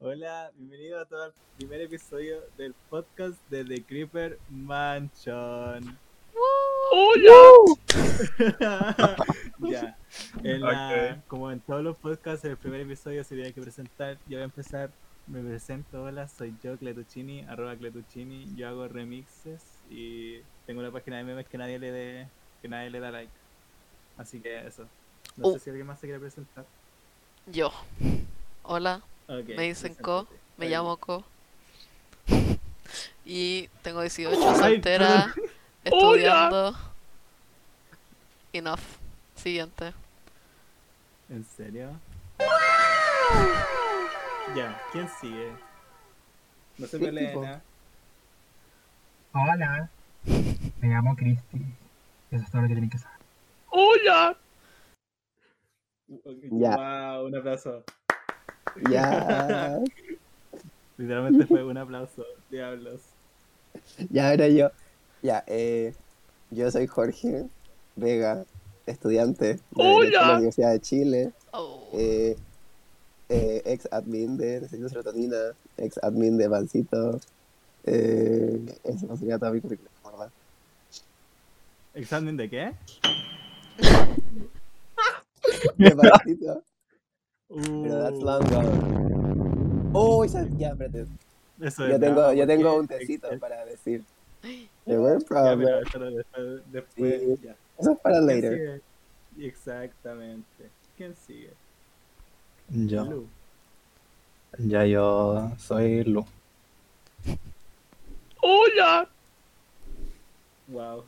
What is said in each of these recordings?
Hola, bienvenido a todo el primer episodio del podcast de The Creeper Mansion. ya, en la- como en todos los podcasts, el primer episodio se tiene que presentar. Yo voy a empezar, me presento. Hola, soy yo, Cletuccini, arroba Cletuccini. Yo hago remixes y tengo una página de memes que nadie le, dé- que nadie le da like. Así que eso. No Oh. sé si alguien más se quiere presentar. Yo. Hola, Ok, Me dicen Co, preséntate. me Oye, llamo Co. Y tengo 18, Ay, soltera, estudiando. Enough. Siguiente. ¿En serio? Ya, ¿quién sigue? No se Sí, peleen, tipo. ¿ah? Hola, me llamo Cristi. Eso es todo lo que tienen que saber. Ya. Uh, Wow, un aplauso. Ya, Literalmente fue un aplauso, diablos. ya ahora yo. Ya, eh, yo soy Jorge Vega, estudiante de Derecho en la Universidad de Chile, Oh, eh, eh, ex admin de Necesito Serotonina, ex admin de Pancito. Eh, eso sería todo mi currículum, la ¿verdad? ¿Examen de qué? De Pancito, Uh, pero that's long gone. Oh, esa- ya, espérate. eso Yo tengo, bravo, yo tengo Pues porque un tecito Ah, ex- para decir. eh, The word Ya, problem. pero eso lo- después, después, ya. Eso es para ¿Quién later. sigue? Exactamente. ¿Quién sigue? Yo, Lu. ya yo soy Lu. Wow.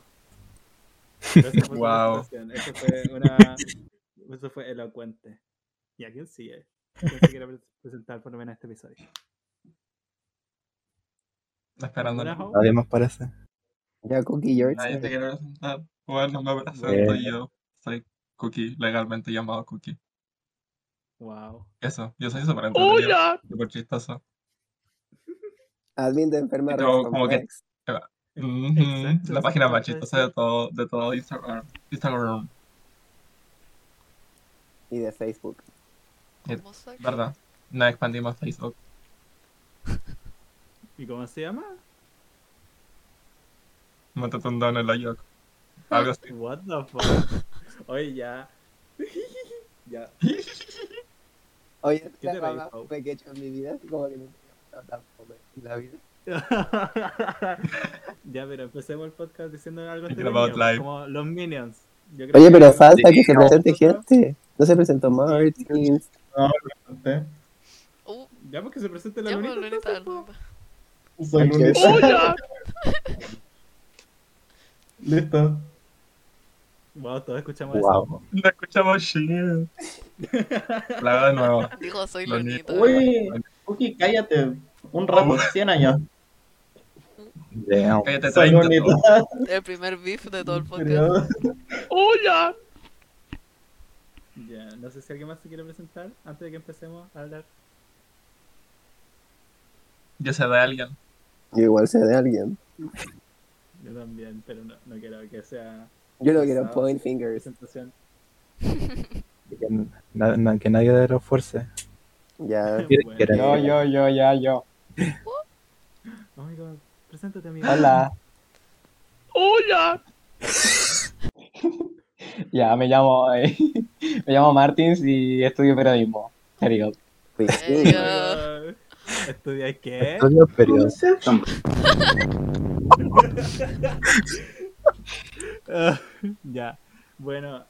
Gracias por tu Wow. presentación. Eso fue una. Eso fue elocuente. ¿Y a quién sigue? ¿Quién se quiere pre- presentar por lo menos este episodio? Esperando. Hola, Hau. Nadie más parece. Ya, Cookie George. Nadie te quiere presentar. Bueno, me presento Bueno. yo. Soy Cookie, legalmente llamado Cookie. Wow. Eso, yo soy súper entretenido. Súper chistoso. Admin de enferma Pero Random como que- Facts. Mhm, Exacto, La eso página te iba a más chistosa de decir. todo, de todo Instagram. Instagram, y de Facebook. ¿cómo se- ¿verdad? No expandimos Facebook. ¿Y cómo se llama? Me trató un down en la yoke. Algo así. What the fuck. Oye, ya. ya. Oye, es ¿Qué te la reís, más Pau? fome que he hecho en mi vida, así como que nunca he estado tan fome en la vida. ya, pero empecemos el podcast diciendo algo Thinking entretenido, about life. como los Minions. Yo creo Oye, pero que- falta que se Sí, presente no. gente. No se presentó Martins. Uh, Ya, porque se presente la ya me lunita. volví a entonces, editar, po. no, Soy Lunes. Listo. Wow, todos escuchamos eso. Wow. No escuchamos shit. La hago de nuevo. Dijo, soy Lo Lonita. Uy, Cookie, cállate. Un rato, 100 años. Damn. Cállate Soy 30. bonito. tú. El primer beef de todo el podcast. Pero- Ya, no sé si alguien más se quiere presentar antes de que empecemos a hablar. Yo sé de alguien. Yo igual sé de alguien. Yo también, pero no, no quiero que sea Yo no quiero Ah. point fingers. presentación. Que, na- na- que nadie de los fuerce. Ya. Quiere- Bueno. quiere- Yo, yo, yo, ya, yo. Oh my god, preséntate, amigo. Hola. Ya, me llamo, eh, me llamo Martins y estudio periodismo. Period. pues, Eh, Oh sí. my ya. god. ¿Estudiáis qué? Son los periodos. Ah, ya. Bueno,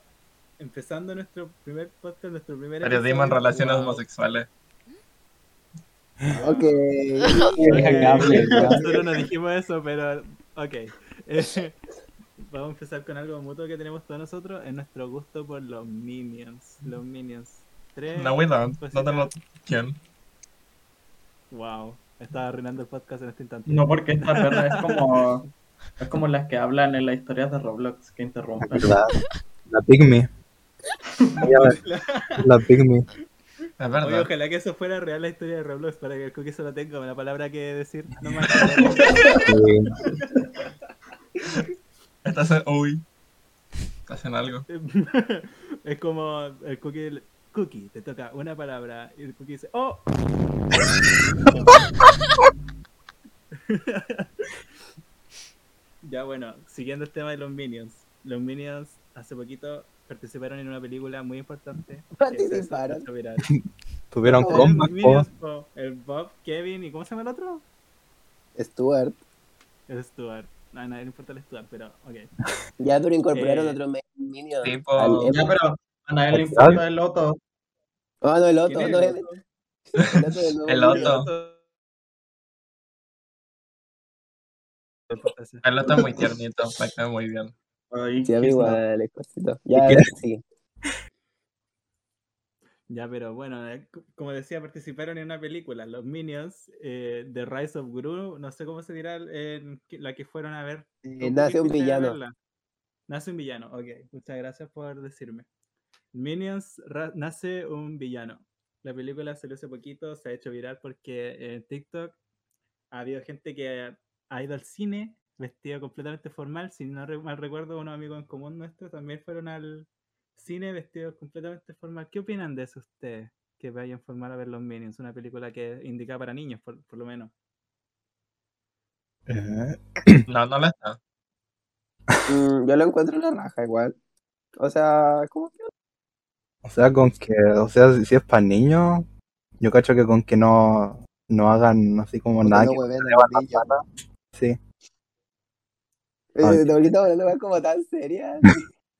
empezando nuestro primer podcast, nuestro primer Periodismo en episodio. relaciones Wow. homosexuales. Ok. Deja que hable, ya. Eh, Nosotros no dijimos eso, pero ok. Eh, vamos a empezar con algo mutuo que tenemos todos nosotros, es nuestro gusto por los minions. Los minions. Tres. No, we don't. Pues No sí, tenemos quién. Wow. Estaba arruinando el podcast en este instante. No, porque esta perra es como. Es como las que hablan en las historias de Roblox que interrumpen. ¿Verdad? La pygmy. Ella- La pygmy. Es Oye, verdad. ojalá que eso fuera real la historia de Roblox para que el cookie solo tenga una palabra que decir. No más. Sí. Estás en. Uy. Estás en algo. es como el cookie Cookie, te toca una palabra y el Cookie dice, ¡Oh! ya bueno, siguiendo el tema de los Minions. Los Minions hace poquito participaron en una película muy importante. Participaron. Tuvieron Los combos. Minions, po, el Bob, Kevin y ¿cómo se llama el otro? Stuart. El Stuart. No, no, no importa el Stuart, pero ok. Ya, pero incorporaron Eh, otro me- minion. Tipo, Al- Ya, pero a nadie le ¿Sabes? importa el loto. Ah, no, el otro. ¿Quién No, es? el, el otro del nuevo El minion. otro. el otro es muy tiernito, me cae muy bien. Ay, Sí, a mí qué- igual, es cosito. Ya, ¿Qué? sí. Ya, pero bueno, eh, c- como decía, participaron en una película, los Minions, eh, The Rise of Gru, no sé cómo se dirá en que- la que fueron a ver. Eh, ¿Tú nace un fuiste a villano. verla? Nace un villano, ok, muchas gracias por decirme. Minions, ra- nace un villano. La película salió hace poquito, se ha hecho viral porque en TikTok ha habido gente que ha ido al cine vestido completamente formal, si no re- mal recuerdo, unos amigos en común nuestros también fueron al cine vestidos completamente formal. ¿Qué opinan de eso ustedes? Que vayan formal a ver Los Minions, una película que indica para niños, por, por lo menos. Eh, No, no lo está. Mm, yo lo encuentro en la raja igual. O sea, ¿cómo que? o sea, con que, o sea, si, si es para niños, yo cacho que con que no, no hagan así como Puta, nada. no que- hueven al levantan brillo. sí. Eh, Ay. de ahorita hablando weas como tan seria. Es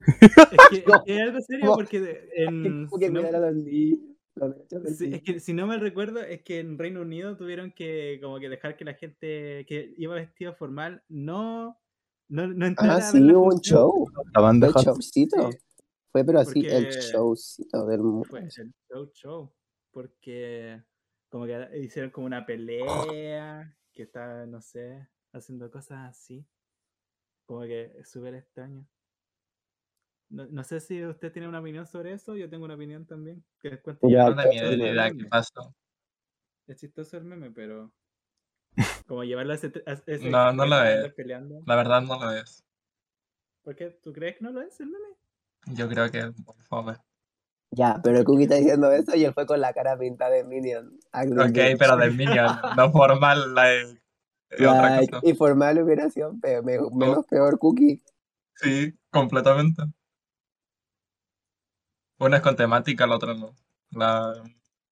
que, es No, que es algo serio no. porque de- en, Como que Mm, si no- cuidar a los niños. Los derechos del Sí, niño. es que si no me recuerdo, es que en Reino Unido tuvieron que como que dejar que la gente que iba vestido formal no, no, no entrara Ah, a ver sí, la hubo un función. show. La banda Fue showcito. Sí. Fue, pero así, el Porque- showcito del mundo. Fue el show show. Porque como que hicieron como Oh. una pelea, que está, no sé, haciendo cosas así. Como que es súper extraño. No, no sé si usted tiene una opinión sobre eso, yo tengo una opinión también. Que les cuento Ya, No tengo ni cacho, idea, no, qué no. pasó. Es chistoso el meme, pero. Como llevarlo a ese. te- a ese No, no extremo lo de es. andar Peleando. La verdad no lo es. ¿Por qué? ¿Tú crees que no lo es el meme? Yo creo que es muy fome. Ya, pero el Cookie está diciendo eso y él fue con la cara pintada de Minion. Acting Ok, bitch. pero del Minion, no formal, la de, de otra Ay, cosa. y formal hubiera sido pe- me- menos peor, Cookie. Sí, completamente. Una es con temática, la otra no. La...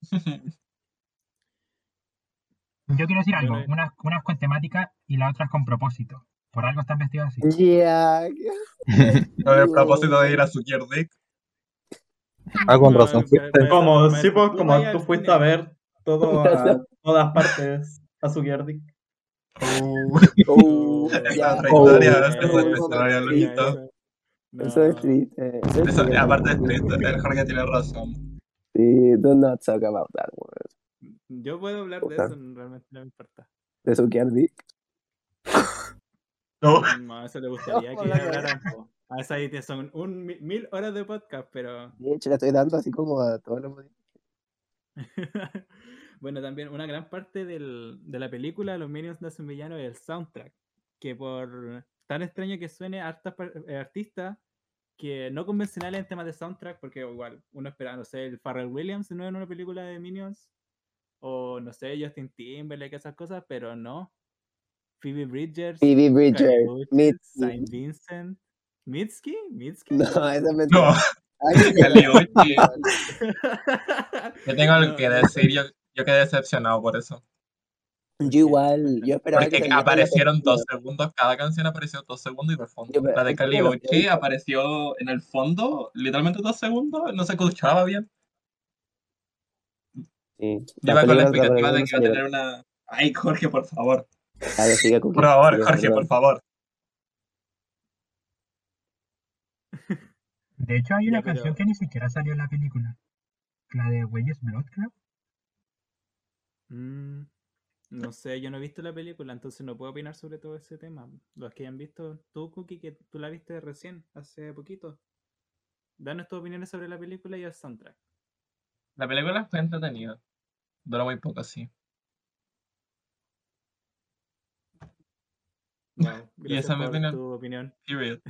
Yo quiero decir Yo algo, no- una, una es con temática y la otra es con propósito. Por algo están vestidos así. Ya. Con el propósito de ir a su Gear Dick. Ah, con No, razón. pero- pero esa Como, forma de sí, decir, pues, "Tú como vaya tú al fuiste cine". a ver todo a todas partes a su Gerdic. Uh, Uh, esa ya. otra historia, Oh, esa oh, otra historia, oh, Luisito. No, Eso es triste. Eso es Eso, triste. aparte es triste, el Jorge tiene razón. Sí, do not talk about that word. Yo puedo hablar de Puta. eso, n- realmente no me importa. De su Gerdic. No. No, eso le gustaría que Ojalá que- hablaran. po. A esa ahí te son un, mi- mil horas de podcast, pero. De hecho, le estoy dando así como a todos los bueno, también una gran parte del- de la película Los Minions de un villano es el soundtrack, que por tan extraño que suene hartas par- eh, artistas que no convencionales en temas de soundtrack, porque igual uno espera, no sé, el Pharrell Williams no en una película de Minions, o no sé, Justin Timberlake, esas cosas, pero no. Phoebe Bridgers, Phoebe Kate Bridger. Hudson, Mitzi. Saint Vincent, Mitski, Mitski. No, esa es No, mentira. Ay, qué Caliucci. Yo tengo algo No, que no, decir, yo, yo quedé decepcionado por eso. Yo igual, yo esperaba que Porque saliera la aparecieron dos película. segundos, cada canción apareció dos segundos y de fondo. Yo me- La de es que Cali lo Uchis pienso. apareció en el fondo, literalmente dos segundos, no se escuchaba bien. Sí, Yo las iba con la películas de expectativa Pharrell de no que iba a salieron. tener una. Ay, Jorge, por favor. A ver, sigue, Cookie, Por favor, sigue, Jorge, por perdón. favor. De hecho, hay Ya, una pero- canción que ni siquiera salió en la película. La de Weyes Blood, creo. Mm, no sé, yo no he visto la película, entonces no puedo opinar sobre todo ese tema. Los que han visto, tú, Cookie, que tú la viste recién, hace poquito. Danos tus opiniones sobre la película y el soundtrack. La película fue entretenida. Duró muy poco, sí. Wow, Y gracias esa es mi por opinión. tu opinión. Period.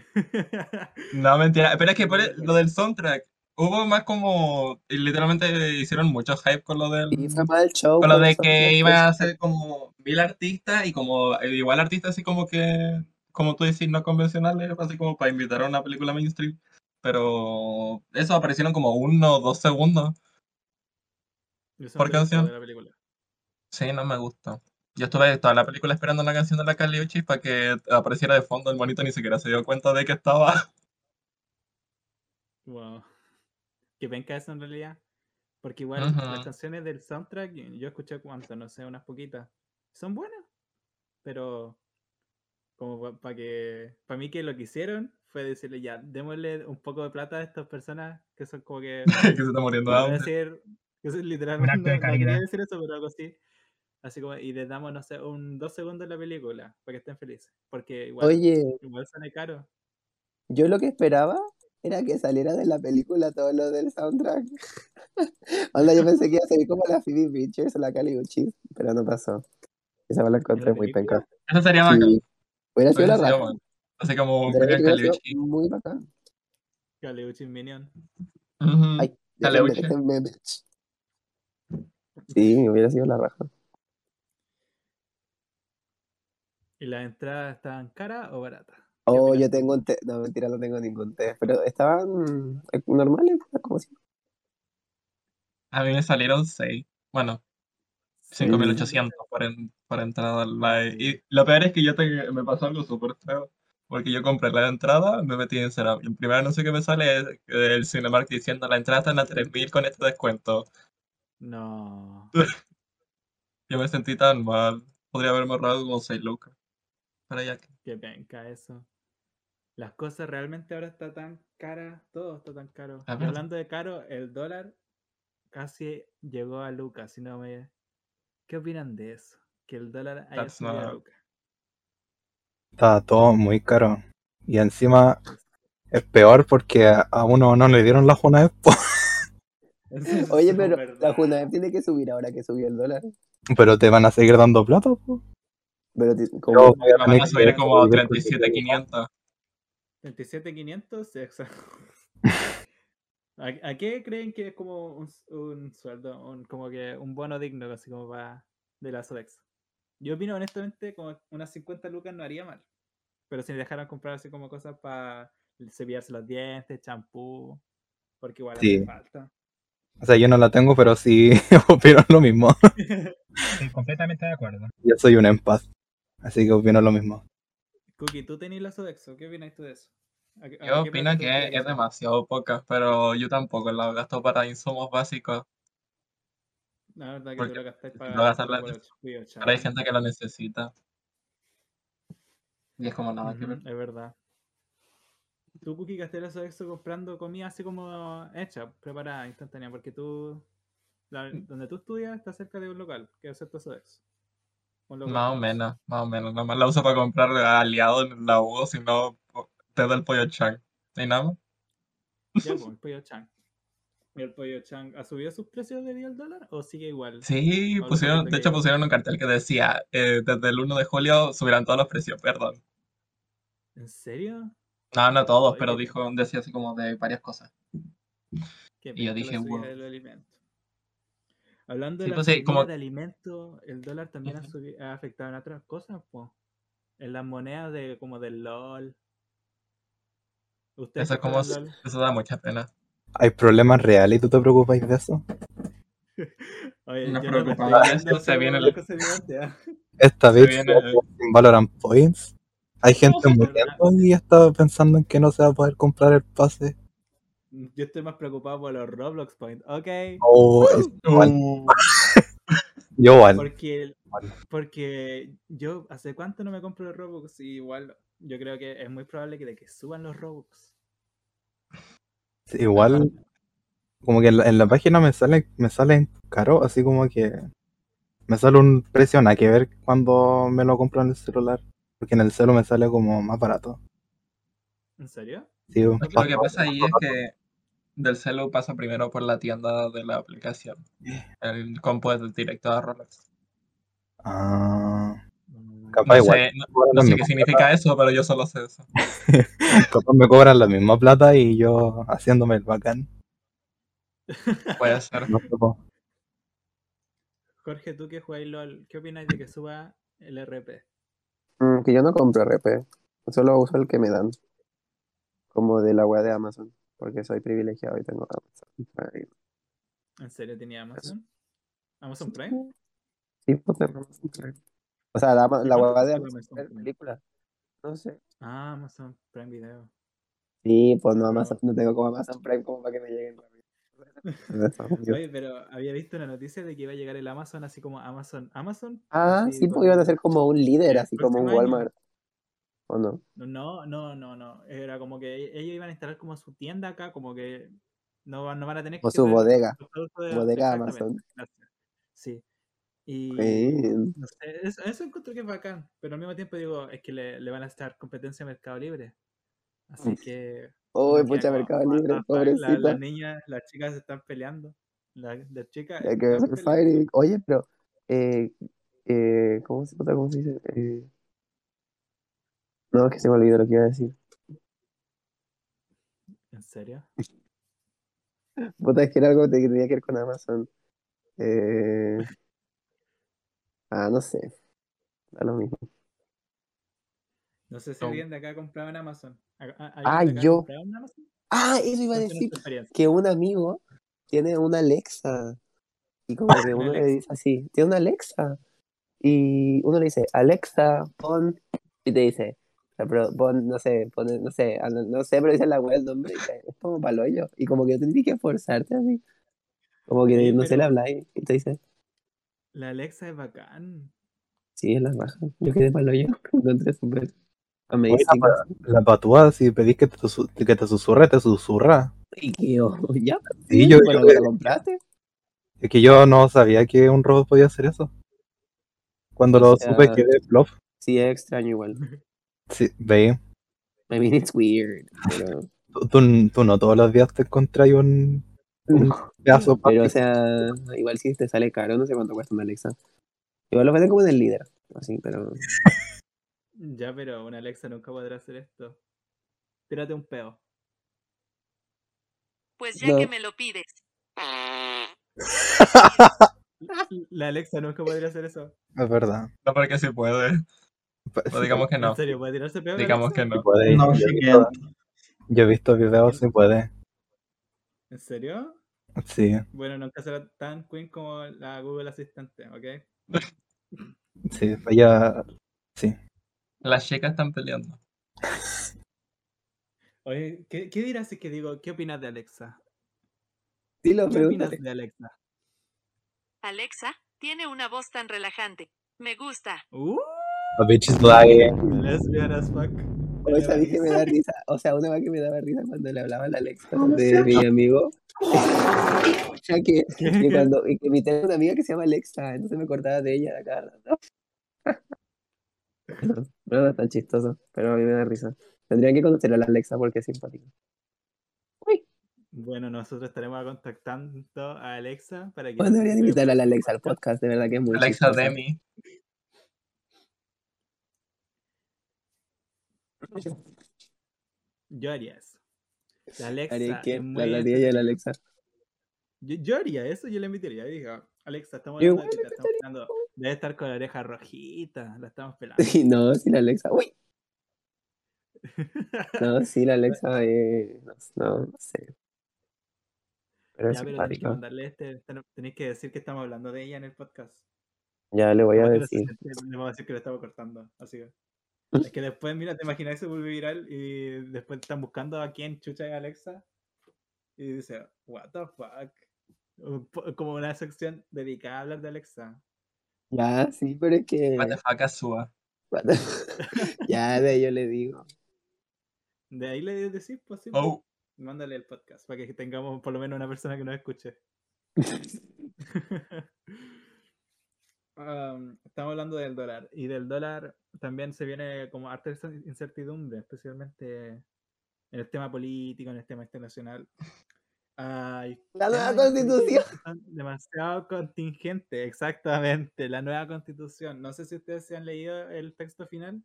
No, mentira. Pero es que por el- e-, lo del soundtrack, hubo más como. Literalmente hicieron mucho hype con lo del. Y fue para el show. Con lo de por que eso- iba a ser como mil artistas y como. eh, Igual artistas así como que. Como tú decís, no convencionales, así como para invitar a una película mainstream. Pero. Eso aparecieron como uno o dos segundos. Eso ¿Por me gustó canción? de la película. Sí, no me gustó. Yo estuve toda la película esperando la canción de la Caliuchis para que apareciera de fondo el monito, ni siquiera se dio cuenta de que estaba. Wow. Que venga eso en realidad. Porque igual las Ujú. canciones del soundtrack, yo escuché cuánto, no sé, unas poquitas. Son buenas. Pero como para que. Para mí que lo que hicieron fue decirle ya, démosle un poco de plata a estas personas que son como que. que se está muriendo Voy de a hambre. decir, que eso es literalmente, acto de no, no quería caridad. decir eso, pero algo así. Así como, y les damos, no sé, un dos segundos de la película para que estén felices. Porque igual, Oye, igual sale caro. yo lo que esperaba era que saliera de la película todo lo del soundtrack. Onda, yo pensé que iba a salir como la Phoebe Bridgers o la Kali Uchis, pero no pasó. Esa me la encontré muy película? penca. Eso sería Sí. bacán. Hubiera sido la Hubiera sido raja. bacán. Pues Así como De verdad Megan que hubiera sido Caliuchis. muy bacán. Caleuchin Minion. Ujú. Ay, Kali déjenme, Uchis. déjenme, bitch. Sí, hubiera sido la raja. ¿Y las entradas estaban caras o baratas? ¿Qué Oh, opinas yo tengo un té. No, mentira, no tengo ningún té. Pero estaban eh, normales, como si. A mí me salieron 6. Bueno, tú? 5.800 por, en- por entrada. al live. Y lo peor es que yo te- me pasó algo súper feo. Porque yo compré la entrada, me metí en Serap. Y el primer anuncio que me sale es el Cinemark diciendo la entrada está en la 3.000 con este descuento. No. Yo me sentí tan mal. Podría haberme ahorrado como 6 lucas. Para ya que. Que venga eso. Las cosas realmente ahora está tan caras, todo está tan caro. La Y verdad. hablando de caro, el dólar casi llegó a Lucas, si no me... ¿Qué opinan de eso? Que el dólar haya That's subido a not- Lucas. Está todo muy caro. Y encima es peor porque a- a uno no le dieron la Junaep. po. Oye, pero la Junaep tiene que subir ahora que subió el dólar. Pero te van a seguir dando plata. po. Pero ti- como Yo voy a Me van tener a que- subir como a porque- 37.500. 37.500, exacto. ¿A, a qué creen que es como un, s- un sueldo, un, como que un bono digno, así como para de la Sodex? Yo opino honestamente como unas 50 lucas no haría mal. Pero si me dejaran comprar así como cosas para cepillarse los dientes, champú, porque igual hace Sí. falta. O sea, yo no la tengo, pero sí opino lo mismo. Estoy completamente de acuerdo. Yo soy un empaz. Así que opino lo mismo. Cookie, ¿tú tenés la Sodex? ¿o ¿Qué opinas tú de eso? ¿A qué- a Yo qué opino plata te que gustaría es gastar? demasiado poca, pero yo tampoco la gasto para insumos básicos. La verdad que porque tú lo gastáis no para gastar la- Pero hay la gente que lo necesita. Y es como nada que ver. Ujú, Es verdad. Tú, Cookie, gastaste eso extra comprando comida así como hecha, preparada, instantánea, porque tú, la- Mm. donde tú estudias, está cerca de un local que acepta Sodexo. Un local Más o famoso. menos, más o menos. Nada más la uso para comprar aliado en la U, si no, po- te da el pollo chang. ¿Y nada más? Ya, pues, el pollo Chang. ¿Y el pollo Chang ha subido sus precios debido al dólar o sigue igual? Sí, Ahora pusieron, poquito de que hecho llegó. pusieron un cartel que decía, eh, desde el 1 de julio subirán todos los precios, perdón. ¿En serio? No, no todos, Ay, pero qué- dijo, decía así como de varias cosas. Qué Y yo penca la dije, subida "Wow". de los alimentos. Hablando de Sí, la pues sí, subida como- de alimentos, el dólar también ha, Ujú. subi- ha afectado en otras cosas, pues. En las monedas de como del LOL. ¿Ustedes Eso que es como, juegan LOL? eso da mucha pena. Hay problemas reales y tú te preocupas de eso. Oye, yo Nos no me estoy preocupaba, quejando ya se solo viene por el- las cosas divertidas. Esta Se vez viene- se va a poder sin Valorant Points. Hay gente es muriendo y estaba pensando en que no se va a poder comprar el pase. Yo estoy más preocupado por los Roblox Points. Ok. O es igual. Uh, Yo igual. Porque, el- Vale. porque yo hace cuánto no me compro los Robux y igual yo creo que es muy probable que de que suban los Robux. Igual. Como que en la, en la página me sale, me salen caro, así como que me sale un precio nada que ver cuando me lo compro en el celular. Porque en el celu me sale como más barato. ¿En serio? Sí, lo más- que pasa ahí es que del celu pasa primero por la tienda de la aplicación. El compu es directo a Rolex. Ah, Mm, capaz No igual. sé, no, cobran no la sé misma qué significa eso, pero yo solo sé eso. plata- capaz me cobran la misma plata y yo haciéndome el bacán. Puede ser. No sé, po. Jorge, tú que jugáis LOL, ¿qué opináis de que suba el RP? Mm, que yo no compro RP. Solo uso el que me dan. Como de la web de Amazon. Porque soy privilegiado y tengo Amazon. Prime. ¿En serio tenía Amazon? ¿Amazon Prime? Sí, pues tengo Amazon Prime. O sea, la, la ¿Y cuánto web de cuesta Amazon Amazon Prime Prime? película. No sé. Ah, Amazon Prime Video. Sí, pues no, Amazon, no tengo como Amazon Prime como para que me lleguen rápido. Oye, pero había visto una noticia de que iba a llegar el Amazon así como Amazon. Amazon. Ah, Así sí, como- porque iban a ser como un líder, El así como un próximo año. Walmart. ¿O no? No, no, no, no. Era como que e- ellos iban a instalar como su tienda acá, como que no, van- no van a tener O que su traer bodega. los productos de- Bodega exactamente, Amazon. gracias. Sí. Y Bien. no sé, eso, eso encuentro que es bacán, pero al mismo tiempo digo, es que le, le van a estar competencia a Mercado Libre. Así que. Uy, uno queda Oh, pucha, como, Mercado what Libre, the fuck, Ah, la- pobrecita. las niñas, las chicas se están peleando. La- Las chicas. Hay que ver están Free Fire peleando. y- Oye, pero. Eh, eh, ¿cómo, se, puta, ¿Cómo se dice? Eh, no, es que se me olvidó lo que iba a decir. ¿En serio? Puta, es que era algo que tenía que ver con Amazon. Eh, ah, no sé. Da lo mismo. No sé si alguien de acá compraba en Amazon. ¿A- a- alguien Ah, de acá Oh. yo. compraba en Amazon? Ah, eso iba a Cuéntanos decir tu experiencia. que un amigo tiene una Alexa. Y Ah, como que uno le Alexa. dice así, tiene una Alexa. Y uno le dice, Alexa, pon. Y te dice, pero pon, no sé, pon, no sé, ah, no, no sé, pero dice la web el nombre. y te- Es como paloyo. Y como que tienes que esforzarte así. Como que Oye, no sé, pero- le hablas y y te dice, La Alexa es bacán. sí, es la baja. Yo quedé paloyo. Encontré súper amazing. Oye, la, la patúa, si pedís que te, susu- que te susurre, te susurra. Y que, oh, ya, Sí, yo, bueno, yo- me lo compraste. es que yo no sabía que un robot podía hacer eso. Cuando O lo sea- supe quedé flop. Sí, es extraño igual. Sí, veí. I mean, it's weird. Pero... Tú, tú- tú no todos los días te encontrás un, un pedazo Pero, o plástico. sea, igual si te sale caro, no sé cuánto cuesta una Alexa. Igual lo venden como en el líder, así, pero. Ya, pero una Alexa nunca podrá hacer esto. Tírate un peo. Pues ya No. que me lo pides. La Alexa nunca podría hacer eso. Es verdad. No, porque sí puede. O digamos que no. En serio, ¿puede tirarse peo? la Digamos Alexa? que no. Sí puede, No, yo, sí he que visto, yo he visto videos, sí puede. ¿En serio? Sí, Bueno, nunca será tan queen como la Google Asistente, ¿ok? sí, ella. Sí. Las chicas están peleando. Oye, ¿qué, qué dirás si es que digo, qué opinas de Alexa? Dilo, ¿Qué opinas pregúntale. de Alexa? Alexa, tiene una voz tan relajante. Me gusta. Uh, A bitch is lying. lesbian as fuck. Hoy sabí que me da risa. O sea, una vez que me daba risa cuando le hablaba a la Alexa de mi amigo. o sea, que, ¿Qué? que ¿Qué? cuando. Y que mi tengo una amiga que se llama Alexa, entonces me acordaba de ella de acá. No, no es tan chistoso, pero a mí me da risa. Tendrían que conocer a la Alexa porque es simpática. Bueno, nosotros estaremos contactando a Alexa para que... Bueno, deberían pero- invitar a la Alexa al podcast, de verdad que es muy Alexa chistosa. Demi. Yo haría eso. La Alexa Haría que es muy la Ladia y a entretenida. la Alexa. Yo, yo haría eso, yo le invitaría. y diga, Alexa, estamos Yo hablando de ti, igual le la estamos pelando. Debe estar con la oreja rojita, la estamos pelando. Sí, no, sí, la Alexa. Uy, no, sí, la Alexa. eh, no, no, no sé. Pero es ya, pero tenés que simpática. mandarle este, ten- tenés que decir que estamos hablando de ella en el podcast. Ya le voy a Además que lo decir. ¿Mm? siente- Le vamos a decir que lo estamos cortando, así que. Es que después, mira, te imaginas que se vuelve viral y después están buscando a quién chucha es Alexa y dice, what the fuck. Un po- Como una sección dedicada a hablar de Alexa. Ya, sí, pero es que. What the fuck, Azua. what the- ya, de ahí yo le digo. De ahí le decís, pues sí, pues, Oh, Mándale el podcast para que tengamos por lo menos una persona que nos escuche. Am, estamos hablando del dólar. Y del dólar también se viene como harta incer- incertidumbre, especialmente en el tema político, en el tema internacional. Hay La nueva temas que constitución. son Demasiado contingente, exactamente. La nueva constitución. No sé si ustedes se han leído el texto final.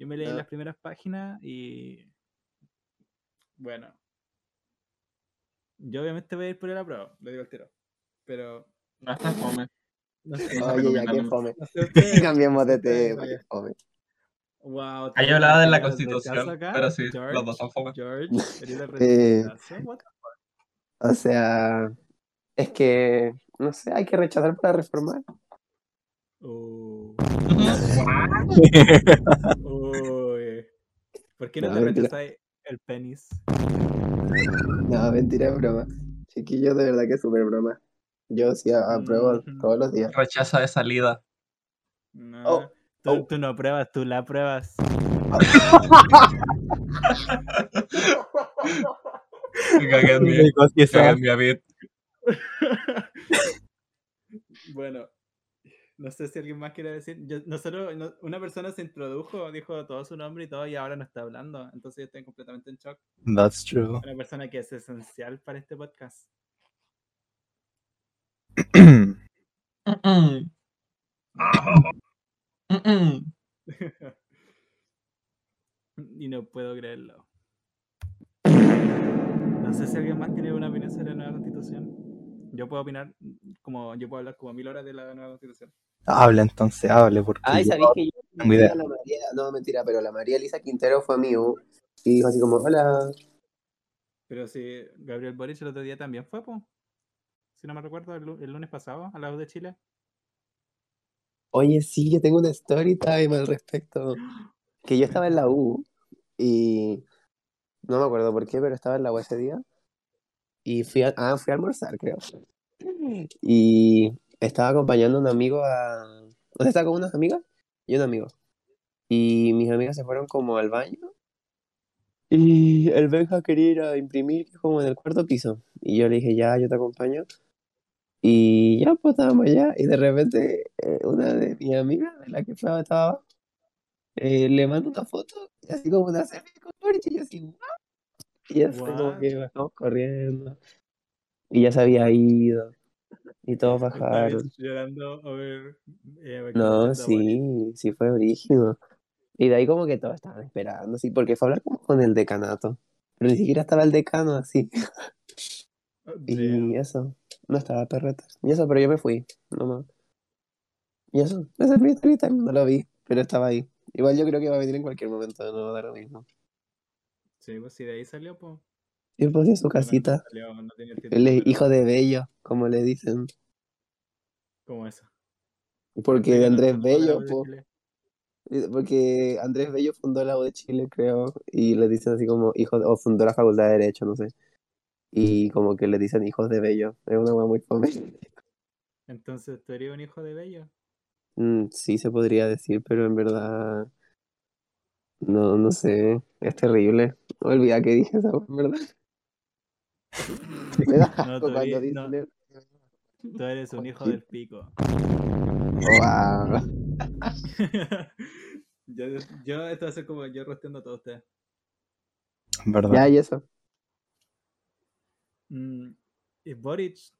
Yo me leí No. las primeras páginas y. Bueno. Yo obviamente voy a ir por el aprobado, lo digo al tiro. Pero No está fome. no sé. No, Oye, ya recomiendo que mucho. fome. no sé ustedes. Cambiemos de ustedes, tema, vaya. qué fome. Wow, Ahí tengo hablaba de la los rechazos constitución, acá. pero sí, George, los dos son fome. George, ¿eres el Eh, rechazo? What? O sea, es que, no sé, hay que rechazar para reformar. Oh, Guau, uy. ¿Por qué no, No, te mentira. rechazáis el penis? No, mentira, es broma. Chiquillo, de verdad que es súper broma. Yo sí a- apruebo Mm. todos los días. Rechaza de salida. No. Oh, tú, oh. tú no pruebas, tú la pruebas. Cagué en mi, cagué en mi habit. Bueno, no sé si alguien más quiere decir. Yo- nosotros, no- una persona se introdujo, dijo todo su nombre y todo, y ahora no está hablando. Entonces yo estoy completamente en shock. That's true. Una persona que es esencial para este podcast. Mm-mm, Ah. mm-mm. y no puedo creerlo. No sé si alguien más tiene una opinión sobre la nueva constitución. Yo puedo opinar, como yo puedo hablar como mil horas de la nueva constitución. Habla entonces, hable, porque Ay, yo sabéis que yo tengo idea. a la María, no, mentira, pero la María Elisa Quintero fue a mí uh, y dijo así como, hola, Pero si Gabriel Boric el otro día también fue, po. si no me recuerdo, el, lu- el lunes pasado, a la voz de Chile. oye, sí, yo tengo una story time al respecto. Que yo estaba en la U y no me acuerdo por qué, pero estaba en la U ese día y fui a, ah, fui a almorzar, creo. Y estaba acompañando a un amigo a... O sea, estaba con unas amigas y un amigo. Y mis amigas se fueron como al baño. Y el Benja quería ir a imprimir, que es como en el cuarto piso. Y yo le dije, ya, yo te acompaño. Y ya, pues estábamos allá. Y de repente, eh, una de mis amigas, de la que fue, estaba abajo, eh, le manda una foto, y así como una selfie con Boric, y yo así, "What?". Y así como What? que bajamos corriendo. Y ya se había ido. Y todos Estaba bajaron. llorando over. eh, over No, Conchita Boric. sí, sí fue brígido. Y de ahí como que todos estaban esperando, sí, porque fue a hablar como con el decanato. Pero ni siquiera estaba el decano así. Oh, damn. Y eso, no estaba perreta. Y eso, pero yo me fui, nomás. Y eso, ese fue mi story time, no lo vi, pero estaba ahí. Igual yo creo que va a venir en cualquier momento, no va a dar lo mismo. Sí, pues si de ahí salió, pues. Y pues en su casita, no tenía el él título, es pero hijo de Bello, como le dicen. Como eso. Porque Oigan, Andrés nosotros Bello, hablamos de po. Chile. Eh, Porque Andrés Bello fundó la U de Chile, creo, y le dicen así como hijos, o fundó la Facultad de Derecho, no sé. Y como que le dicen hijos de Bello. Es una weá muy fome. Entonces, ¿tú eres un hijo de Bello? Mm, sí, se podría decir, pero en verdad. No, no sé. Es terrible. Olvida que dije esa weá, en verdad. Me da No, asco cuando todavía dicen no. eso. Tú eres un hijo Conchita. del pico. Guau. yo, yo, esto va a ser como yo rosteando a todos ustedes. ¿Verdad? Ya, y eso. Mm, y Boric es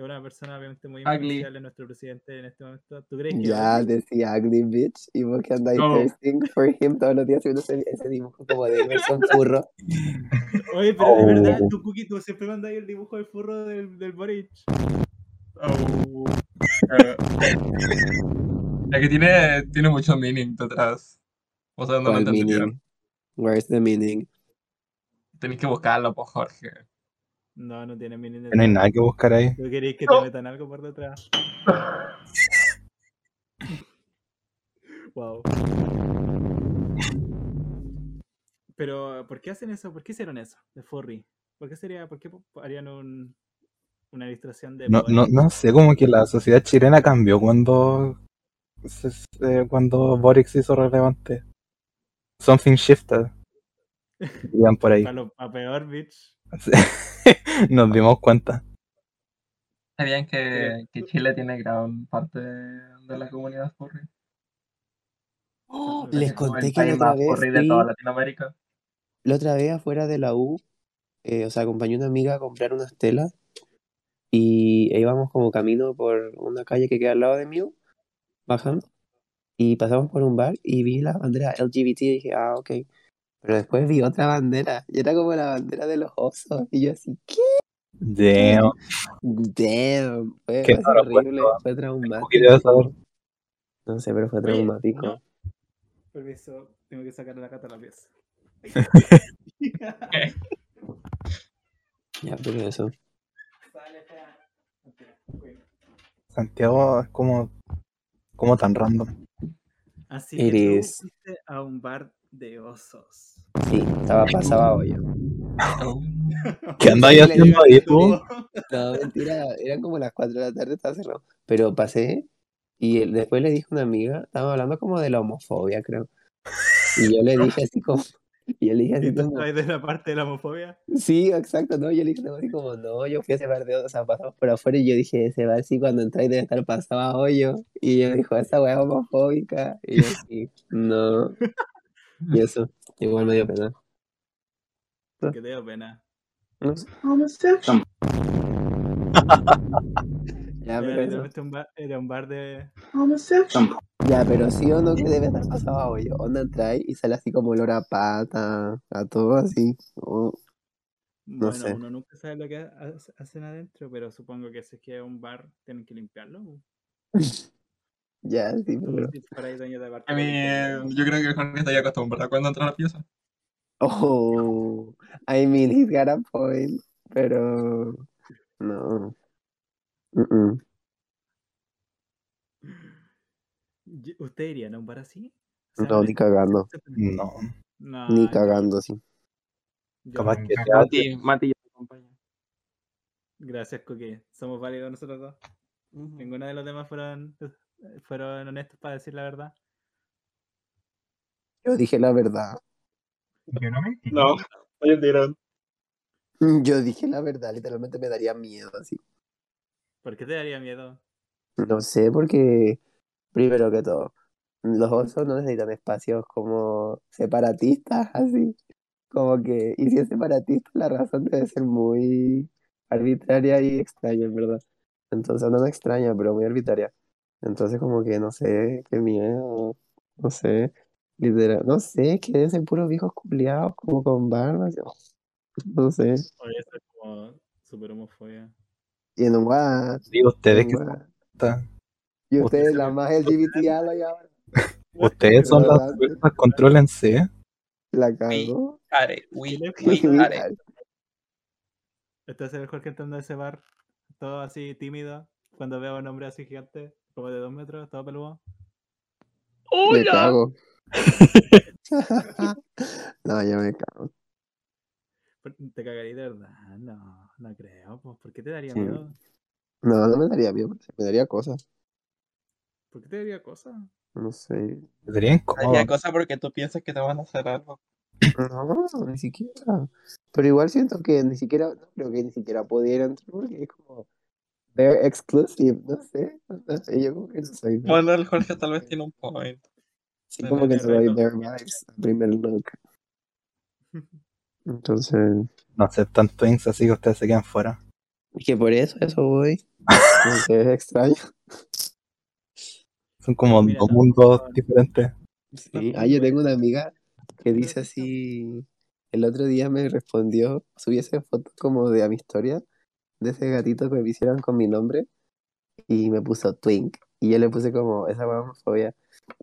una persona obviamente muy Ugly. influencial en nuestro presidente en este momento. ¿Tú crees que Ya Boric- decía ugly bitch. Y vos que andáis No. thirsting for him todos los días subiendo ese, ese dibujo como de Emerson Furro. Oye, pero de verdad, Oh. tu cookie, tú siempre mandas ahí el dibujo del furro del, del Boric. Oh, eh, Es que tiene, tiene mucho meaning detrás. O sea, no lo ¿Cuál entendieron. meaning? Where's the meaning? Tenéis que buscarlo, por Jorge. No, no tiene mini No hay nada que buscar ahí. ¿Tú queréis que No. te metan algo por detrás? wow. Pero, ¿por qué hacen eso? ¿Por qué hicieron eso? De Furry. ¿Por qué sería, por qué po- harían un, una ilustración de No, Boric? no, no sé, como que la sociedad chilena cambió cuando, se- se- cuando Boric se hizo relevante. Something shifted. Digan por ahí. A, lo- a peor, bitch. Nos dimos cuenta. ¿Sabían que, Eh, que Chile tiene gran parte de la comunidad furry? Oh, Les Es como conté el que la país otra más vez furry de fui- toda Latinoamérica. La otra vez afuera de la U, eh, o sea, acompañé a una amiga a comprar unas telas y e íbamos como camino por una calle que queda al lado de mí, bajando, y pasamos por un bar y vi la bandera LGBT y dije, ah, ok. Pero después vi otra bandera y era como la bandera de los osos y yo así, ¿qué? Damn. Damn, fue, Qué fue raro, pues, horrible, bueno. fue traumático. Quería saber. No sé, pero fue Oye, traumático. no. Permiso, tengo que sacar a la cata a la pieza. Ya, pero eso. Santiago es como, como tan random. Así que Iris. tú fuiste a un bar de osos. Sí, estaba pasaba hoy. Oh. ¿Qué andáis haciendo ahí tú? No, mentira, eran como las 4 de la tarde, estaba cerrado. Pero pasé y él- después le dije a una amiga, estábamos hablando como de la homofobia, creo. Y yo le dije así como, y yo le dije ¿Y así tú como, estás de la parte de la homofobia? sí, exacto, no, yo le dije así como, no, yo fui a ese bar de, o sea, pasamos por afuera y yo dije, ese bar sí, cuando entráis debe estar pasaba hoyo. Y ella dijo, esa weá es homofóbica. Y yo sí, no. Y eso, igual me dio pena. Que te dio pena. Ah, No sé. Ah, Ya, Era pero eso. literalmente un bar, era un bar de. Ya, pero sí o no que debe estar pasado a hoyo. Onda trae y sale así como olor a pata, a todo así. Oh, Bueno, sé. uno nunca sabe lo que ha- hacen adentro, pero supongo que si es que es un bar, tienen que limpiarlo. ya, sí, pero... Si fuera ahí dueño de bar, A mí, eh, limpiarlo. yo creo que el Jorge está ya acostumbrado cuando entra a la pieza. Oh, I mean, he's got a point, pero... No. Mm-mm. Ye- ¿Usted iría a un bar así? No, ni cagando. Mm, No. No, Ni yo- cagando, sí. yo- Capaz que Ajá. te hace- Mati, Mati ya te acompaña. Gracias, Cookie. Somos válidos nosotros dos. Ninguno de los demás fueron, fueron honestos para decir la verdad. Yo dije la verdad. Yo no mentí. No, ellos dirán. Mm, Yo dije la verdad, literalmente me daría miedo así. ¿Por qué te daría miedo? No sé, porque primero que todo, los osos no necesitan espacios como separatistas, así. Como que, y si es separatista, la razón debe ser muy arbitraria y extraña, en verdad. Entonces, no, no extraña, pero muy arbitraria. Entonces, como que, no sé, qué miedo, no sé, literal, no sé, que deben ser puros viejos culiados, como con barbas, yo- no sé. Oye, eso es como súper homofobia. Y en un guat, Sí, ustedes en que un guat. son- Y Ustedes ustedes, se la ven- más LGBT, habla ya, ustedes son las Verdad. fuerzas, controlense. la cagó. Are, we, Sí, are. Entonces el Jorge entrando a ese bar, todo así tímido, cuando veo a un hombre así gigante, como de dos metros, todo peludo. Me cago. no, yo me cago. Por- mm, Te cagaría de verdad, no, no creo. Pues, ¿Por qué te daría Sí. miedo? No, no me daría miedo, me daría cosas. ¿Por qué te daría cosa? No sé. Sería incómodo. Hay cosa porque tú piensas que te van a hacer algo. No, ni siquiera. Pero igual siento que ni siquiera, no creo que ni siquiera pudiera entrar porque es como, they're exclusive, no sé. Y yo como que no soy, Bueno, el Jorge tal vez tiene un point. sí, como que no soy their vibes, primer look. Entonces, No aceptan twins, así que ustedes se quedan fuera. es que por eso, eso voy. Como que es extraño. Son como Mira, dos no, mundos no. diferentes. Sí, ah, yo tengo una amiga que dice así, el otro día me respondió, subí esa foto como de a mi historia, de ese gatito que me hicieron con mi nombre, y me puso Twink, y yo le puse como, esa hueá homofobia,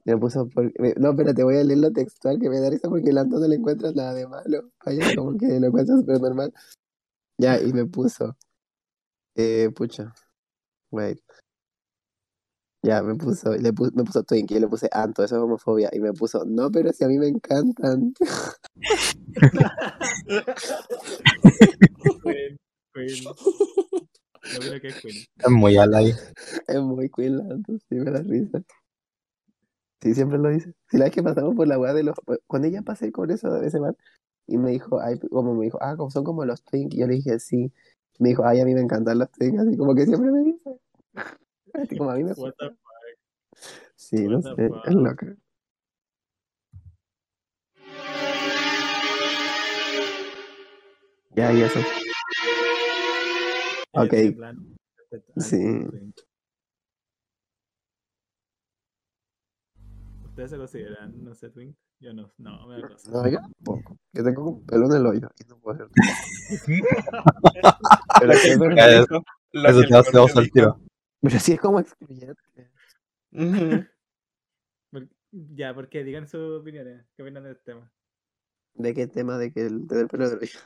y me puso, por- me- no, pero te voy a leer lo textual que me da risa porque el Anto no le encuentras nada de malo, a ella como que lo encuentra súper normal, ya, y me puso, eh, pucha, wait, ya, me puso, le pu- me puso Twinkie, yo le puse Anto, eso es homofobia. Y me puso, no, pero si a mí me encantan. Queen, Queen. No creo que es Queen. Es muy al aire. Es muy cool, Anto, sí me da risa. Sí, siempre lo dice. Si la vez que pasamos por la weá de los. pues, Cuando ella pasé con eso de ese bar, y me dijo, ay, como me dijo, ah, como son como los Twinkie. Yo le dije, sí. Me dijo, ay, a mí me encantan los Twinkie, así como que siempre me dice. Así como a mí me. What the Sí, no what the sé, fuck. es loca. Ya, y eso. Ella Ok. tiene plan respecto al Sí. Queen. ¿Ustedes se consideran, no sé, Twink? Yo no, no, me da cosa. No, yo tampoco. que tengo un pelo en el hoyo y no puedo hacer ¿Qué? Pero, sí, pero- Eh, Eso te hace dos al tiro. pero sí es como excluyente. Ya, porque digan sus opiniones. ¿Qué opinan del tema? ¿De qué tema? ¿De que el tener pelo en el hoyo?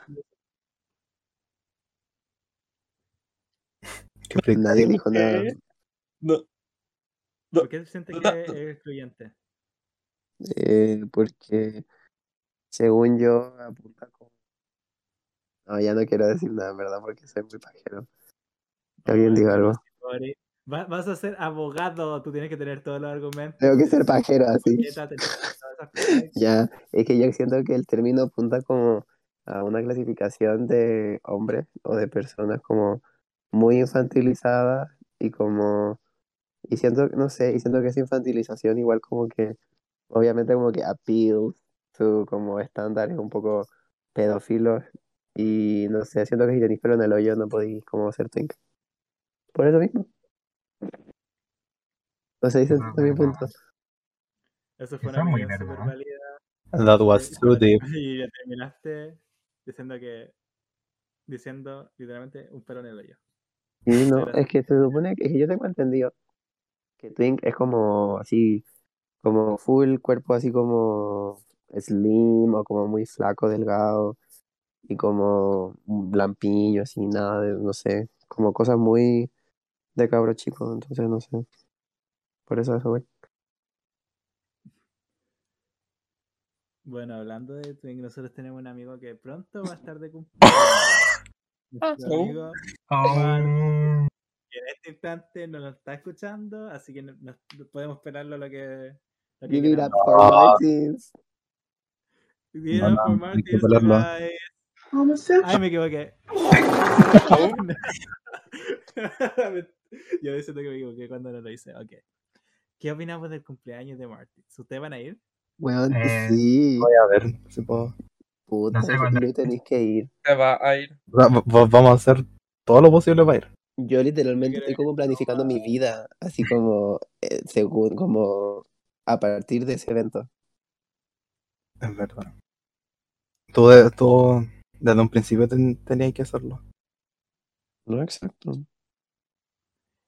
Qué freak. Nadie dijo nada. No. No, ¿Por qué sientes no, que es no. excluyente? Eh, porque según yo apunta como... No, ya no quiero decir nada, en ¿verdad? Porque soy muy pajero. Que alguien diga algo. Pobre. Va- Vas a ser abogado, tú tienes que tener todos los argumentos. Tengo que ser pajero así. puñeta, tenés que- todas esas cosas. Ah, Ya, es que yo siento que el término apunta como a una clasificación de hombres o de personas como muy infantilizadas y como, y siento, no sé, y siento que esa infantilización igual como que, obviamente como que appeal to como estándares un poco pedófilos y no sé, siento que si tenéis pelo en el hoyo no podéis como ser twink. Por eso mismo. No sé, dicen también puntos. Eso fue Eso una es muy opinión súper nerdo. válida. That was too deep. Y ya terminaste diciendo que. Diciendo literalmente un pelo en el hoyo. Sí, no, Pero- es que se supone que es que yo tengo entendido que Twink es como así, como full cuerpo así como slim o como muy flaco, delgado y como lampiño, así nada de, no sé, como cosas muy de cabro chico, entonces no sé. Por eso eso, güey. Bueno, hablando de Twink, nosotros tenemos un amigo que pronto va a estar de cumpleaños. Nuestro Oh. amigo Oh, que en este instante no nos está escuchando, así que no- nos, podemos esperarlo lo que. Lo que Give it up queramos. for Ah. Martins. Give it No, up no, for hay que Martins, pelarlo. guys. Ay, me equivoqué. Yo diciendo que me equivoqué cuando no lo hice. Ok. ¿Qué opinamos del cumpleaños de Martin? ¿Ustedes van a ir? Weón, Eh, sí, Voy a ver si puedo. puta, sé cuándo- Lu, tenéis que ir. Se va a ir. O sea, v- v- vamos a hacer todo lo posible para ir. Yo literalmente creo estoy como planificando mi vida, así como eh, según, como a partir de ese evento. Es verdad. Tú, de- tú desde un principio ten- tenías que hacerlo. No, exacto.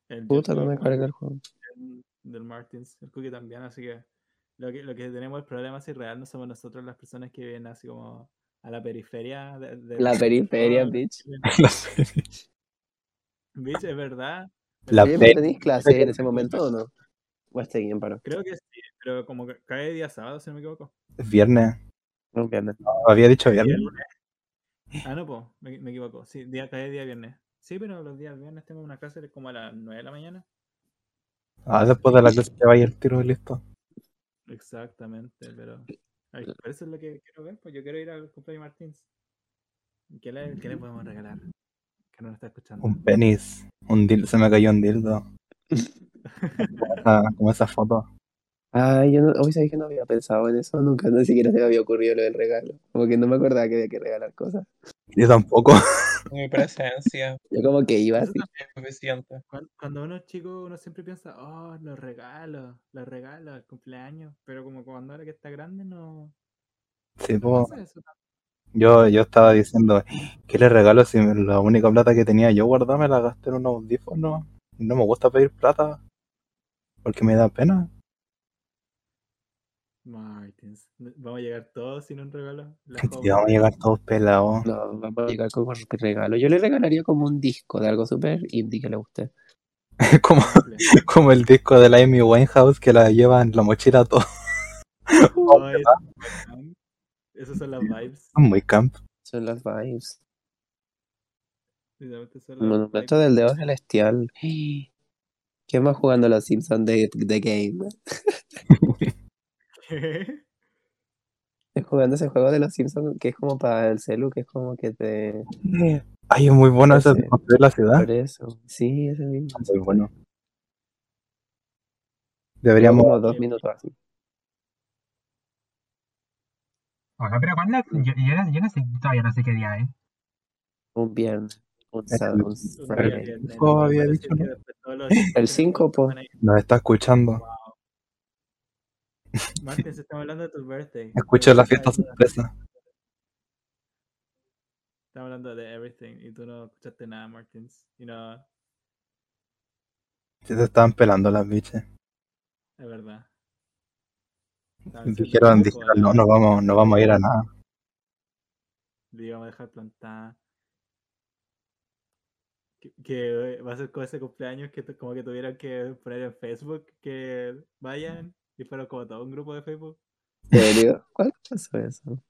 El Puta, Joker no me con- carga el juego. del- del Martins, el Cookie también, así que lo que, lo que tenemos el problema si real no somos nosotros las personas que viven así como a la periferia de, de- La de periferia, todo. bitch. Bitch, es verdad. La Oye, pe- ¿pero tenéis clases en ese momento o no? O este bien paro. Creo que sí, pero como que cae día sábado, si no me equivoco. Viernes. No entiendo. Había dicho Día viernes. lunes. Ah, no, po, me, me equivoco. Sí, día, cae día viernes. Sí, pero los días viernes tengo una clase como a las 9 de la mañana. Ah, después de la clase te vaya el tiro y listo. Exactamente, pero Eh, ay, por eso es lo que quiero ver, pues yo quiero ir al cumpleaños de Martins. ¿Qué le, qué le podemos regalar? Que no nos está escuchando. Un penis. Un dil- se me cayó un dildo. Ah, como esa foto. Ay, yo no, hoy sabéis que no había pensado en eso nunca, ni siquiera se me había ocurrido lo del regalo. Como que no me acordaba que había que regalar cosas. Yo tampoco. Mi presencia. Yo como que iba así. Es suficiente. Cuan- Cuando uno es chico, uno siempre piensa, oh, los regalos, los regalos, el cumpleaños, pero como cuando ahora que está grande no, Sí, no po. pasa eso. Yo, yo estaba diciendo, ¿qué le regalo si la única plata que tenía yo guardada me la gasté en un audífono? No me gusta pedir plata porque me da pena. Martins, n- vamos a llegar todos sin un regalo. La Y joven. vamos a llegar todos pelados. No, vamos a llegar con un regalo. Yo le regalaría como un disco de algo súper indie que le guste. como, Simple. como el disco de la Amy Winehouse que la lleva en la mochila todo. Oh, es- bacán. Esas son las vibes. Muy camp. Son las vibes. literalmente son las Monumento vibes. del dedo celestial. ¿Quién va jugando a los Simpsons de, de Game? Estoy jugando ese juego de los Simpsons que es como para el celu, que es como que te... Ay, es muy bueno ese Sí. de construir la ¿Ah? ciudad. Por eso. Sí, ese mismo. Muy bueno. Duró Deberíamos. como dos minutos así. Oiga, pero cuando. Yo, yo no- yo no sé, todavía no sé qué día es. Un viernes. Un Ese sábado. Un mismo. Un día Friday. viernes, Cinco no, había parece dicho, que ¿no? después todos los chistes El se cinco, po. van a ir. Nos está escuchando. Martes, estamos hablando de tu birthday. Escucha Pero la esa fiesta es sorpresa. Estamos hablando de everything y tú no escuchaste nada, Martins. Y no, Sí, se estaban pelando las bichas. es verdad. Estaban diciendo, Dijeron, "No, dijeron, joder, no, no vamos, no vamos a ir a nada. Le íbamos a dejar plantada. Que, que, eh, va a ser como ese cumpleaños que tu- como que tuvieron que poner en Facebook que vayan y fueron como todo un grupo de Facebook. ¿En serio? ¿Cuándo pasó eso?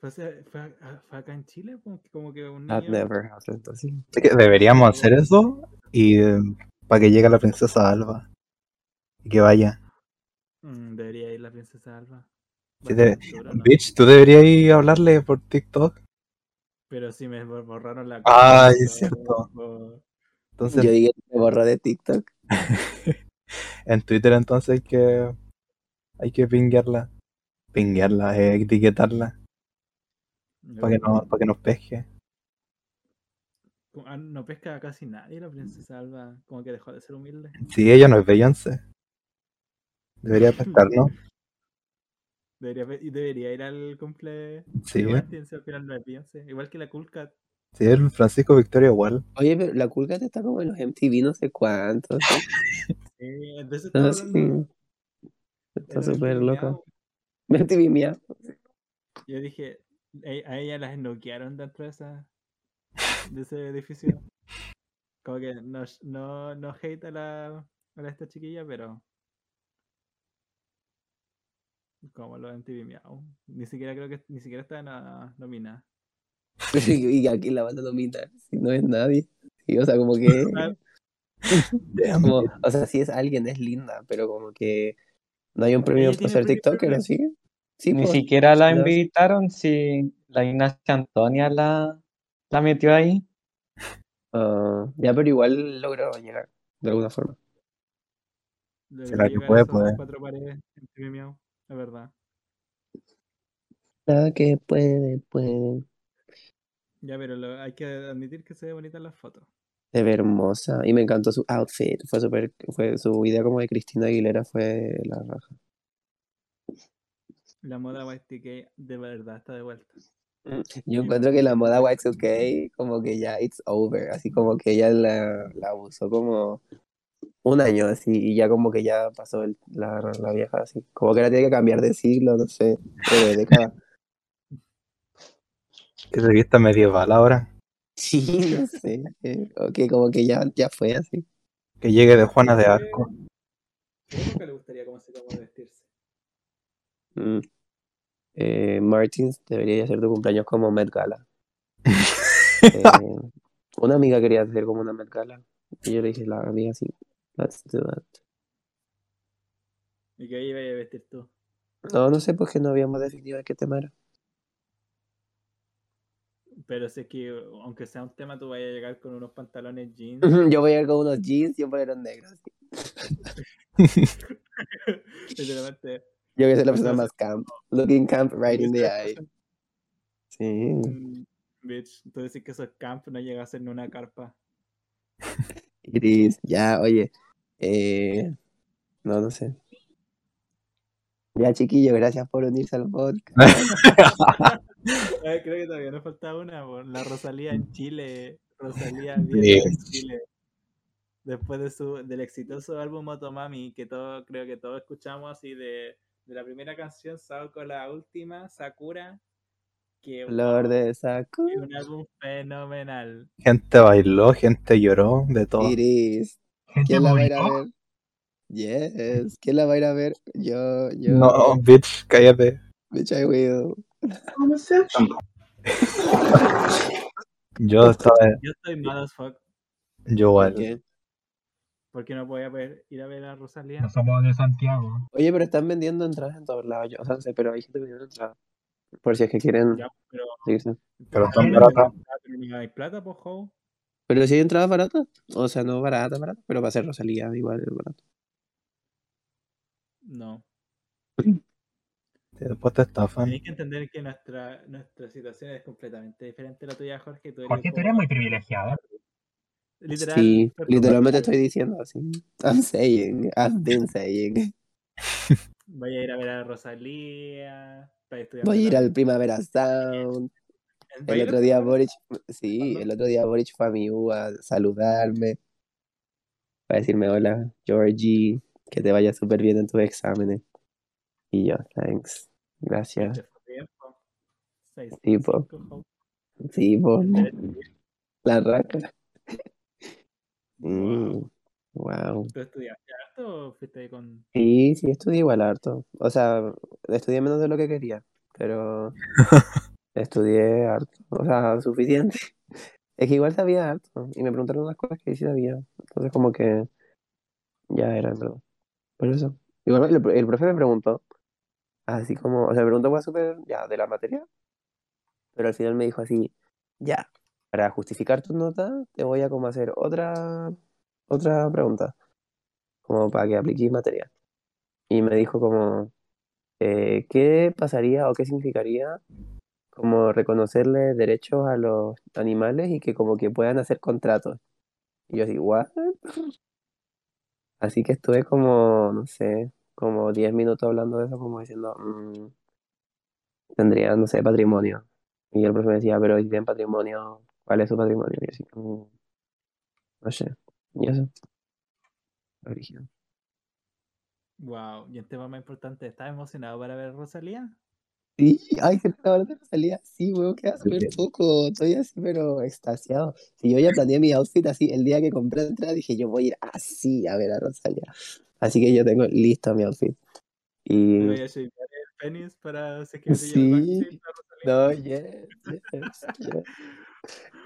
Fue, hace- fue a- fue acá en Chile, como que, como que un That niño. never happened, así. Así que deberíamos hacer eso y em, para que llegue la princesa Alba. Y que vaya. Mm, debería ir la princesa Alba. Sí, Va a de- estar duro, ¿no? Bitch, tú deberías ir a hablarle por TikTok. Pero si me bor- borraron la Ah, cuenta, es cierto. bo- Entonces, Yo dije, me borró de TikTok. en Twitter entonces hay que hay que pinguearla. Pinguearla, eh, etiquetarla para eh, que no, para que nos pesque. Como- ah, no pesca casi nadie la princesa Alba, como que dejó de ser humilde. Si ella no es Beyoncé. Debería pescar, ¿no? Debería, pe- y debería ir al cumple Sí. ¿eh? de Martins, al final no es Beyoncé. Igual que la Kulka. Si el Francisco Victoria igual. Oye, pero la culpa está como en los MTV, no sé cuántos. Eh, Ah, entonces No, estamos hablando de sí. Está los súper loca. discriminados. MTV mía. Yo dije, e- a ella las noquearon dentro de, esa, de ese edificio. Como que no, sh- no, no hate a, la, a la- esta chiquilla, pero. Como lo MTV Miau. Ni siquiera creo que ni siquiera está en la nómina. Y aquí la banda domina, si no es nadie. Y, o sea, como que. Damn. como- o sea, si es alguien, es linda, pero como que no hay un premio Ella por tiene ser premio, TikToker, premio. ¿sí? Sí, Ni pues. siquiera la Pero- invitaron si la Ignacia Antonia la, la metió ahí. Ah, ya, pero igual logró llegar, de alguna forma. Debería Será que llegar a puede, esas puede. cuatro paredes MTV Miau, la verdad. Nada que puede, puede. Ya, pero lo- hay que admitir que se ve bonita en las fotos. Se ve hermosa. Y me encantó su outfit. Fue súper, fue su idea como de Cristina Aguilera fue la raja. La moda YTK de verdad está de vuelta. Yo encuentro que la moda Y2K como que ya it's over. Así como que ella la, la usó como un año así. Y ya como que ya pasó el- la, la vieja así. Como que ahora tiene que cambiar de siglo, no sé. o de década. Qué revista medieval ahora. Sí, no sé. eh, o que como que ya, ya fue así. Que llegue de Juana de Arco. ¿Qué época le gustaría cómo se cómo vestirse? Mm. Eh, Martins debería hacer tu cumpleaños como Met Gala. Eh, una amiga quería hacer como una Met Gala. Y yo le dije, la amiga, sí, let's do that. ¿Y qué iba a vestir tú? No, no sé, pues que no habíamos definido de qué tema era. Pero sé que aunque sea un tema, tú vayas a llegar con unos pantalones jeans. Yo voy a ir con unos jeans y un bolero negro. así. literalmente. Yo voy a ser la persona No sé. más camp. Looking camp right in the eye. Sí. Mm, Bitch, tú decís que esos camp no llega a ser ni una carpa. Gris, ya, oye. Eh, no, no sé. Ya, chiquillo, gracias por unirse al podcast. Ay, creo que todavía nos falta una. po. La Rosalía en Chile. Rosalía viene en Chile. Después de su, del exitoso álbum Motomami, que todo, creo que todos escuchamos así de, de la primera canción, con la última, Sakura, que Flor wow, de saco. es un álbum fenomenal. Gente bailó, gente lloró, de todo. Iris. Gente ¿Quién la va a ir a vomitó. ver? Yes. ¿Quién la va a ir a ver? Yo, yo. No, bitch, cállate. Bitch, I will. Yo estaba. Yo estoy mad as fuck Yo ¿Por igual. qué? porque no voy a ver- ir a ver a Rosalía. No somos de Santiago. Oye, pero están vendiendo entradas en todos lados. Yo, o sea, no sé, pero hay gente vendiendo entradas. Por si es que quieren. Ya, pero, irse. Pero están pero- baratas. pero no hay plata, po, jo. Pero si hay entradas baratas. O sea, no baratas, baratas, pero va a ser Rosalía igual es barato. No. Después te estafan. Tenéis que entender que nuestra, nuestra situación es completamente diferente a la tuya, Jorge. Tú eres Porque tú como- eres muy privilegiado. Literal, Sí, fue como- literalmente estoy diciendo así. I'm saying. I've been saying. Voy a ir a ver a Rosalía. Voy Voy a ir al Primavera Sound. El otro día Boric, sí, el otro día Boric fue a mi U a saludarme, a decirme hola, Georgie, que te vaya súper bien en tus exámenes. Y yo, thanks, gracias. Sí, po. Sí, po. La raca. Mm, wow. ¿Tú estudiaste harto o fuiste con.? Sí, sí, estudié igual harto. O sea, estudié menos de lo que quería, pero estudié harto. O sea, suficiente. Es que igual sabía harto. Y me preguntaron unas cosas que sí sabía. Entonces, como que ya era, ¿verdad? Por eso. Igual el, el profe me preguntó, así como, o sea, me preguntó cosas súper, ya, de la materia. Pero al final me dijo así, ya, para justificar tus notas, te voy a como hacer otra, otra pregunta, como para que apliques material. Y me dijo como, eh, ¿qué pasaría o qué significaría como reconocerle derechos a los animales y que como que puedan hacer contratos? Y yo así, ¿what? Así que estuve como, no sé, como 10 minutos hablando de eso, como diciendo, mm, tendría, no sé, patrimonio. Y el profe me decía, pero si tienen patrimonio, ¿cuál es su patrimonio? Y yo así, como, no sé, y eso. Origen. Wow, y un tema más importante, ¿estás emocionado para ver a Rosalía? Sí, ay, que te hablas de Rosalía. Sí, weón, queda súper poco. Estoy así, pero extasiado. Si yo ya planeé mi outfit así, el día que compré la entrada dije, yo voy a ir así a ver a Rosalía. Así que yo tengo listo mi outfit. Y. Voy a llevar el penis para se quede Sí, no, yes, yes, yes.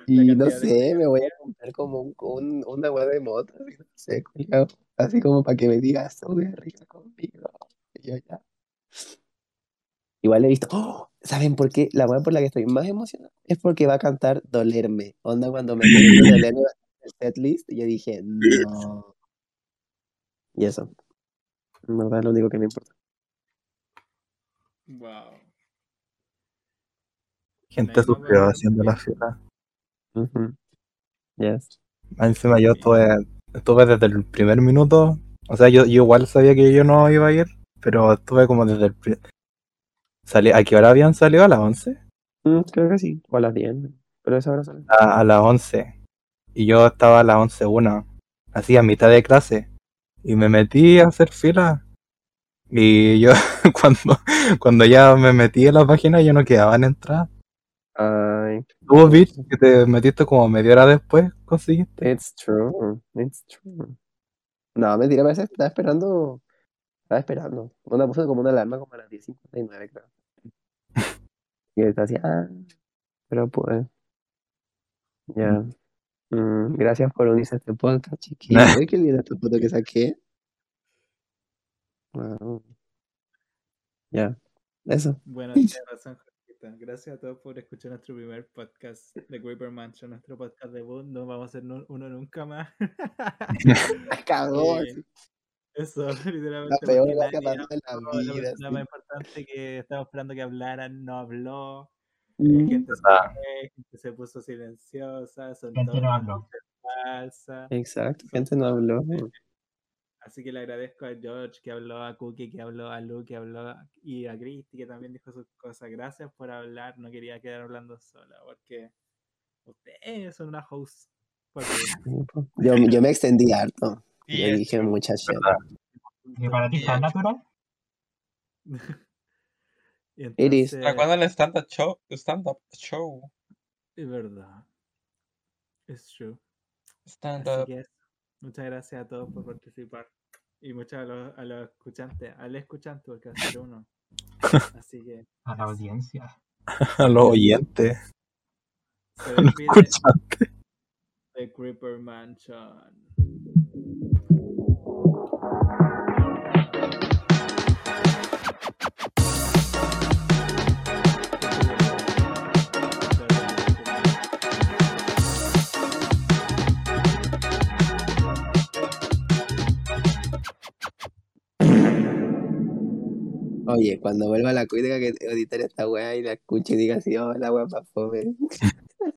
Y no sé, me voy a comprar como un, un- una hueá de moto, así, no sé, culiao. Así como para que me digas, sube rica conmigo. Y yo ya. Igual he visto, ¡Oh! ¿saben por qué? La hueá por la que estoy más emocionado es porque va a cantar Dolerme. Onda, cuando me puse Dolerme en el setlist, yo dije, no. Y eso. En verdad es lo único que me importa. Wow. Gente sufrió haciendo la fila. Ujú. Yes. Encima yo estuve, estuve desde el primer minuto. O sea, yo, yo igual sabía que yo no iba a ir, pero estuve como desde el primer... ¿A qué hora habían salido? ¿A las 11? Mm, creo que sí. O a las 10. Pero esa hora sale. A, a las 11. Y yo estaba a las 11.1. Así, a mitad de clase. Y me metí a hacer fila. Y yo, cuando, cuando ya me metí en la página, yo no quedaba en entrada. Ay, Tú, Bitch, que te metiste como media hora después, conseguiste. it's true. It's true. No, mentira, parece que estaba esperando. Estaba esperando. Una puse como una alarma como a las 10.59, creo. Y está así, ah, pero pues. Ya. Mm, gracias por unirse a este podcast, chiquillo. Ay, qué linda tu foto que saqué. Wow. Ya. Eso. Bueno, tienes razón, Jorgita. Gracias a todos por escuchar nuestro primer podcast de Creeper Mansion, nuestro podcast debut. No vamos a hacer nu- uno nunca más. Cagó. Eh, Eso, literalmente. La peor porque weá que nadie pasó en la habló, la vida, persona sí. más importante que estaba esperando que hablaran no habló. eh, Mm. Gente se verdad. fue, gente se puso silenciosa, son Gente todas no habló. falsas. Exacto, gente no habló. eh, Así que le agradezco a George que habló, a Cookie que habló, a Lu que habló y a Christy que también dijo sus cosas. Gracias por hablar, no quería quedar hablando sola porque ustedes son una host. Porque Yo, yo me extendí harto. Sí, yo es dije true. mucha shit. ¿Y para ti está natural? y Iris. entonces, Recuerda el stand-up show. Stand-up show. es verdad. Es true. Así Stand-up. que eso. Muchas gracias a todos por participar. Y muchas a los, a los escuchantes, al escuchante porque va a ser uno. Así que A la audiencia. A los oyentes. se No despide escuchan. de Creeper Mansion. Oye, cuando vuelva la cuídica que editar esta weá y la escuche y diga así, oh, la weá pa' fome.